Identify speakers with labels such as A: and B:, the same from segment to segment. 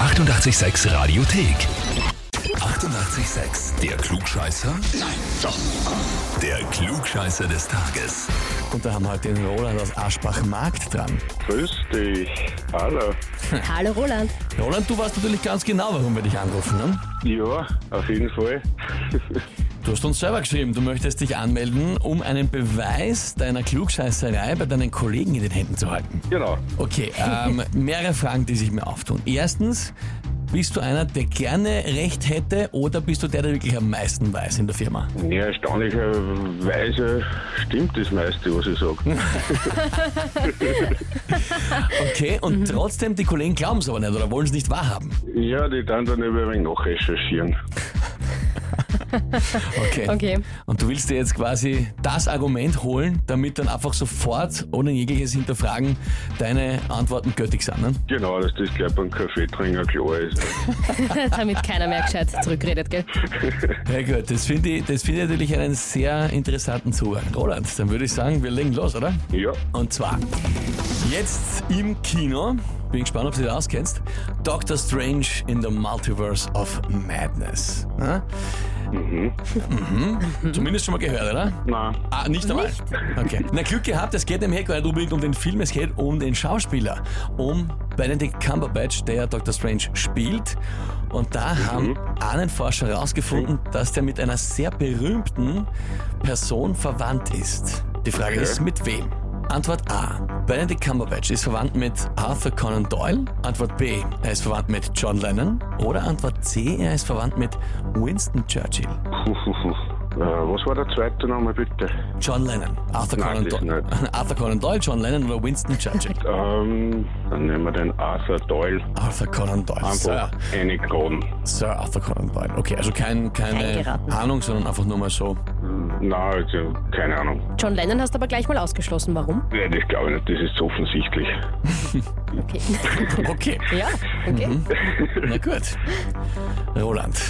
A: 886 Radiothek. 88,6. Der Klugscheißer? Nein, doch. Der Klugscheißer des Tages.
B: Und da haben wir heute den Roland aus Aschbach-Markt dran.
C: Grüß dich. Hallo.
D: Hallo Roland.
B: Roland, du weißt natürlich ganz genau, warum wir dich anrufen. Ne?
C: Ja, auf jeden Fall.
B: Du hast uns selber geschrieben, du möchtest dich anmelden, um einen Beweis deiner Klugscheißerei bei deinen Kollegen in den Händen zu halten.
C: genau.
B: Okay, ähm, mehrere Fragen, die sich mir auftun. Erstens, bist du einer, der gerne Recht hätte oder bist du der, der wirklich am meisten weiß in der Firma?
C: Ja, erstaunlicherweise stimmt das meiste, was ich sage.
B: Okay, und trotzdem, die Kollegen glauben es aber nicht oder wollen es nicht wahrhaben.
C: Ja, die dann dann über mich nachrecherchieren.
B: Okay.
D: Okay.
B: Und du willst dir jetzt quasi das Argument holen, damit dann einfach sofort, ohne jegliches Hinterfragen, deine Antworten gültig sind. Ne?
C: Genau, dass das gleich beim Kaffeetrinker klar ist.
D: Damit keiner mehr gescheit zurückredet, gell?
B: Ja gut, das finde ich, das finde ich natürlich einen sehr interessanten Zugang. Roland, dann würde ich sagen, wir legen los, oder?
C: Ja,
B: Und zwar jetzt im Kino. Bin gespannt, ob du dich auskennst. Doctor Strange in the Multiverse of Madness. Ja? Mhm. Zumindest schon mal gehört, oder?
C: nein.
B: Ah, nicht einmal. Okay. Na, Glück gehabt, es geht nämlich gar nicht unbedingt um den Film, es geht um den Schauspieler, um Benedict Cumberbatch, der Dr. Strange spielt. Und da haben Ahnenforscher herausgefunden, dass der mit einer sehr berühmten Person verwandt ist. Die Frage ist, mit wem? Antwort A. Benedict Cumberbatch ist verwandt mit Arthur Conan Doyle. Antwort B. Er ist verwandt mit John Lennon. Oder Antwort C. Er ist verwandt mit Winston Churchill.
C: Puh, puh, puh. Äh, was war der zweite Name bitte?
B: John Lennon, Arthur Conan
C: Nein, das
B: Doyle, Arthur Conan Doyle, John Lennon oder Winston Churchill?
C: Ähm, dann nehmen wir den Arthur Doyle.
B: Arthur Conan Doyle, Sir,
C: Einfach eine Kronen.
B: Sir Arthur Conan Doyle. Okay, also kein, keine
D: Reingeraten.
B: Ahnung, sondern einfach nur mal so.
C: Nein, also, keine Ahnung.
D: John Lennon hast aber gleich mal ausgeschlossen. Warum?
C: Ja, das glaube ich nicht, das ist so offensichtlich.
D: Okay. Mhm.
B: Okay,
D: ja, okay.
B: na gut. Roland,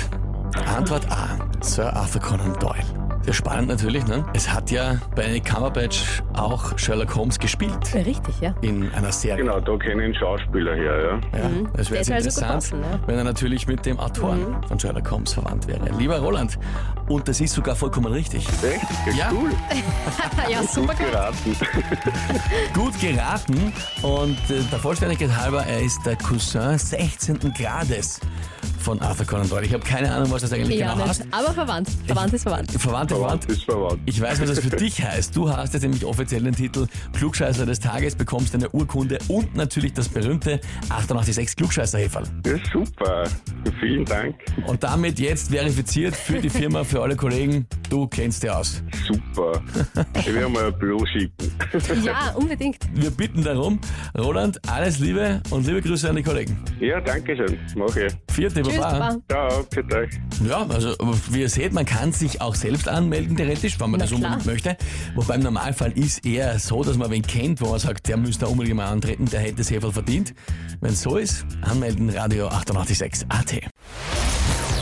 B: Antwort A, Sir Arthur Conan Doyle. Sehr spannend natürlich, ne? Es hat ja Benedict Cumberbatch auch Sherlock Holmes gespielt
D: Richtig, ja.
B: in einer Serie.
C: Genau, da kenne ich einen Schauspieler her, ja.
B: Ja, das wäre
D: Der
B: jetzt
D: ist also
B: interessant,
D: Mhm. gut passen, ja.
B: wenn er natürlich mit dem Autor von Sherlock Holmes verwandt wäre. Lieber Roland, und das ist sogar vollkommen richtig.
C: Echt? Ja,
B: Ja.
C: cool.
D: Ah, ja, super
C: Gut
D: gut.
C: geraten.
B: Gut geraten und äh, der Vollständigkeit halber, er ist der Cousin 16. Grades von Arthur Conan Doyle. Ich habe keine Ahnung, was das eigentlich
D: Ja,
B: genau
D: nicht.
B: heißt.
D: aber verwandt. Verwandt ist verwandt.
B: Verwandt,
C: Verwandt
B: verwandt.
C: ist verwandt.
B: Ich weiß, was das für dich heißt. Du hast jetzt nämlich offiziell den Titel Klugscheißer des Tages, bekommst eine Urkunde und natürlich das berühmte 886 Klugscheißer-Heferl.
C: Ja, super. Vielen Dank.
B: Und damit jetzt verifiziert für die Firma, für alle Kollegen, du kennst dir aus.
C: Super. Ich werde mal ein Büro schicken.
D: Ja, unbedingt.
B: Wir bitten darum. Roland, alles Liebe und liebe Grüße an die Kollegen.
C: Ja, danke schön. Mach ich.
B: Vierte
D: Tschüss, Baba.
C: Ciao, bitte euch.
B: Ja, also wie ihr seht, man kann sich auch selbst anmelden, theoretisch, wenn man
D: Na
B: das unbedingt
D: klar.
B: möchte. Wobei im Normalfall ist eher so, dass man wen kennt, wo man sagt, der müsste unbedingt mal antreten, der hätte sehr viel verdient. Wenn so ist, anmelden Radio 886 AT.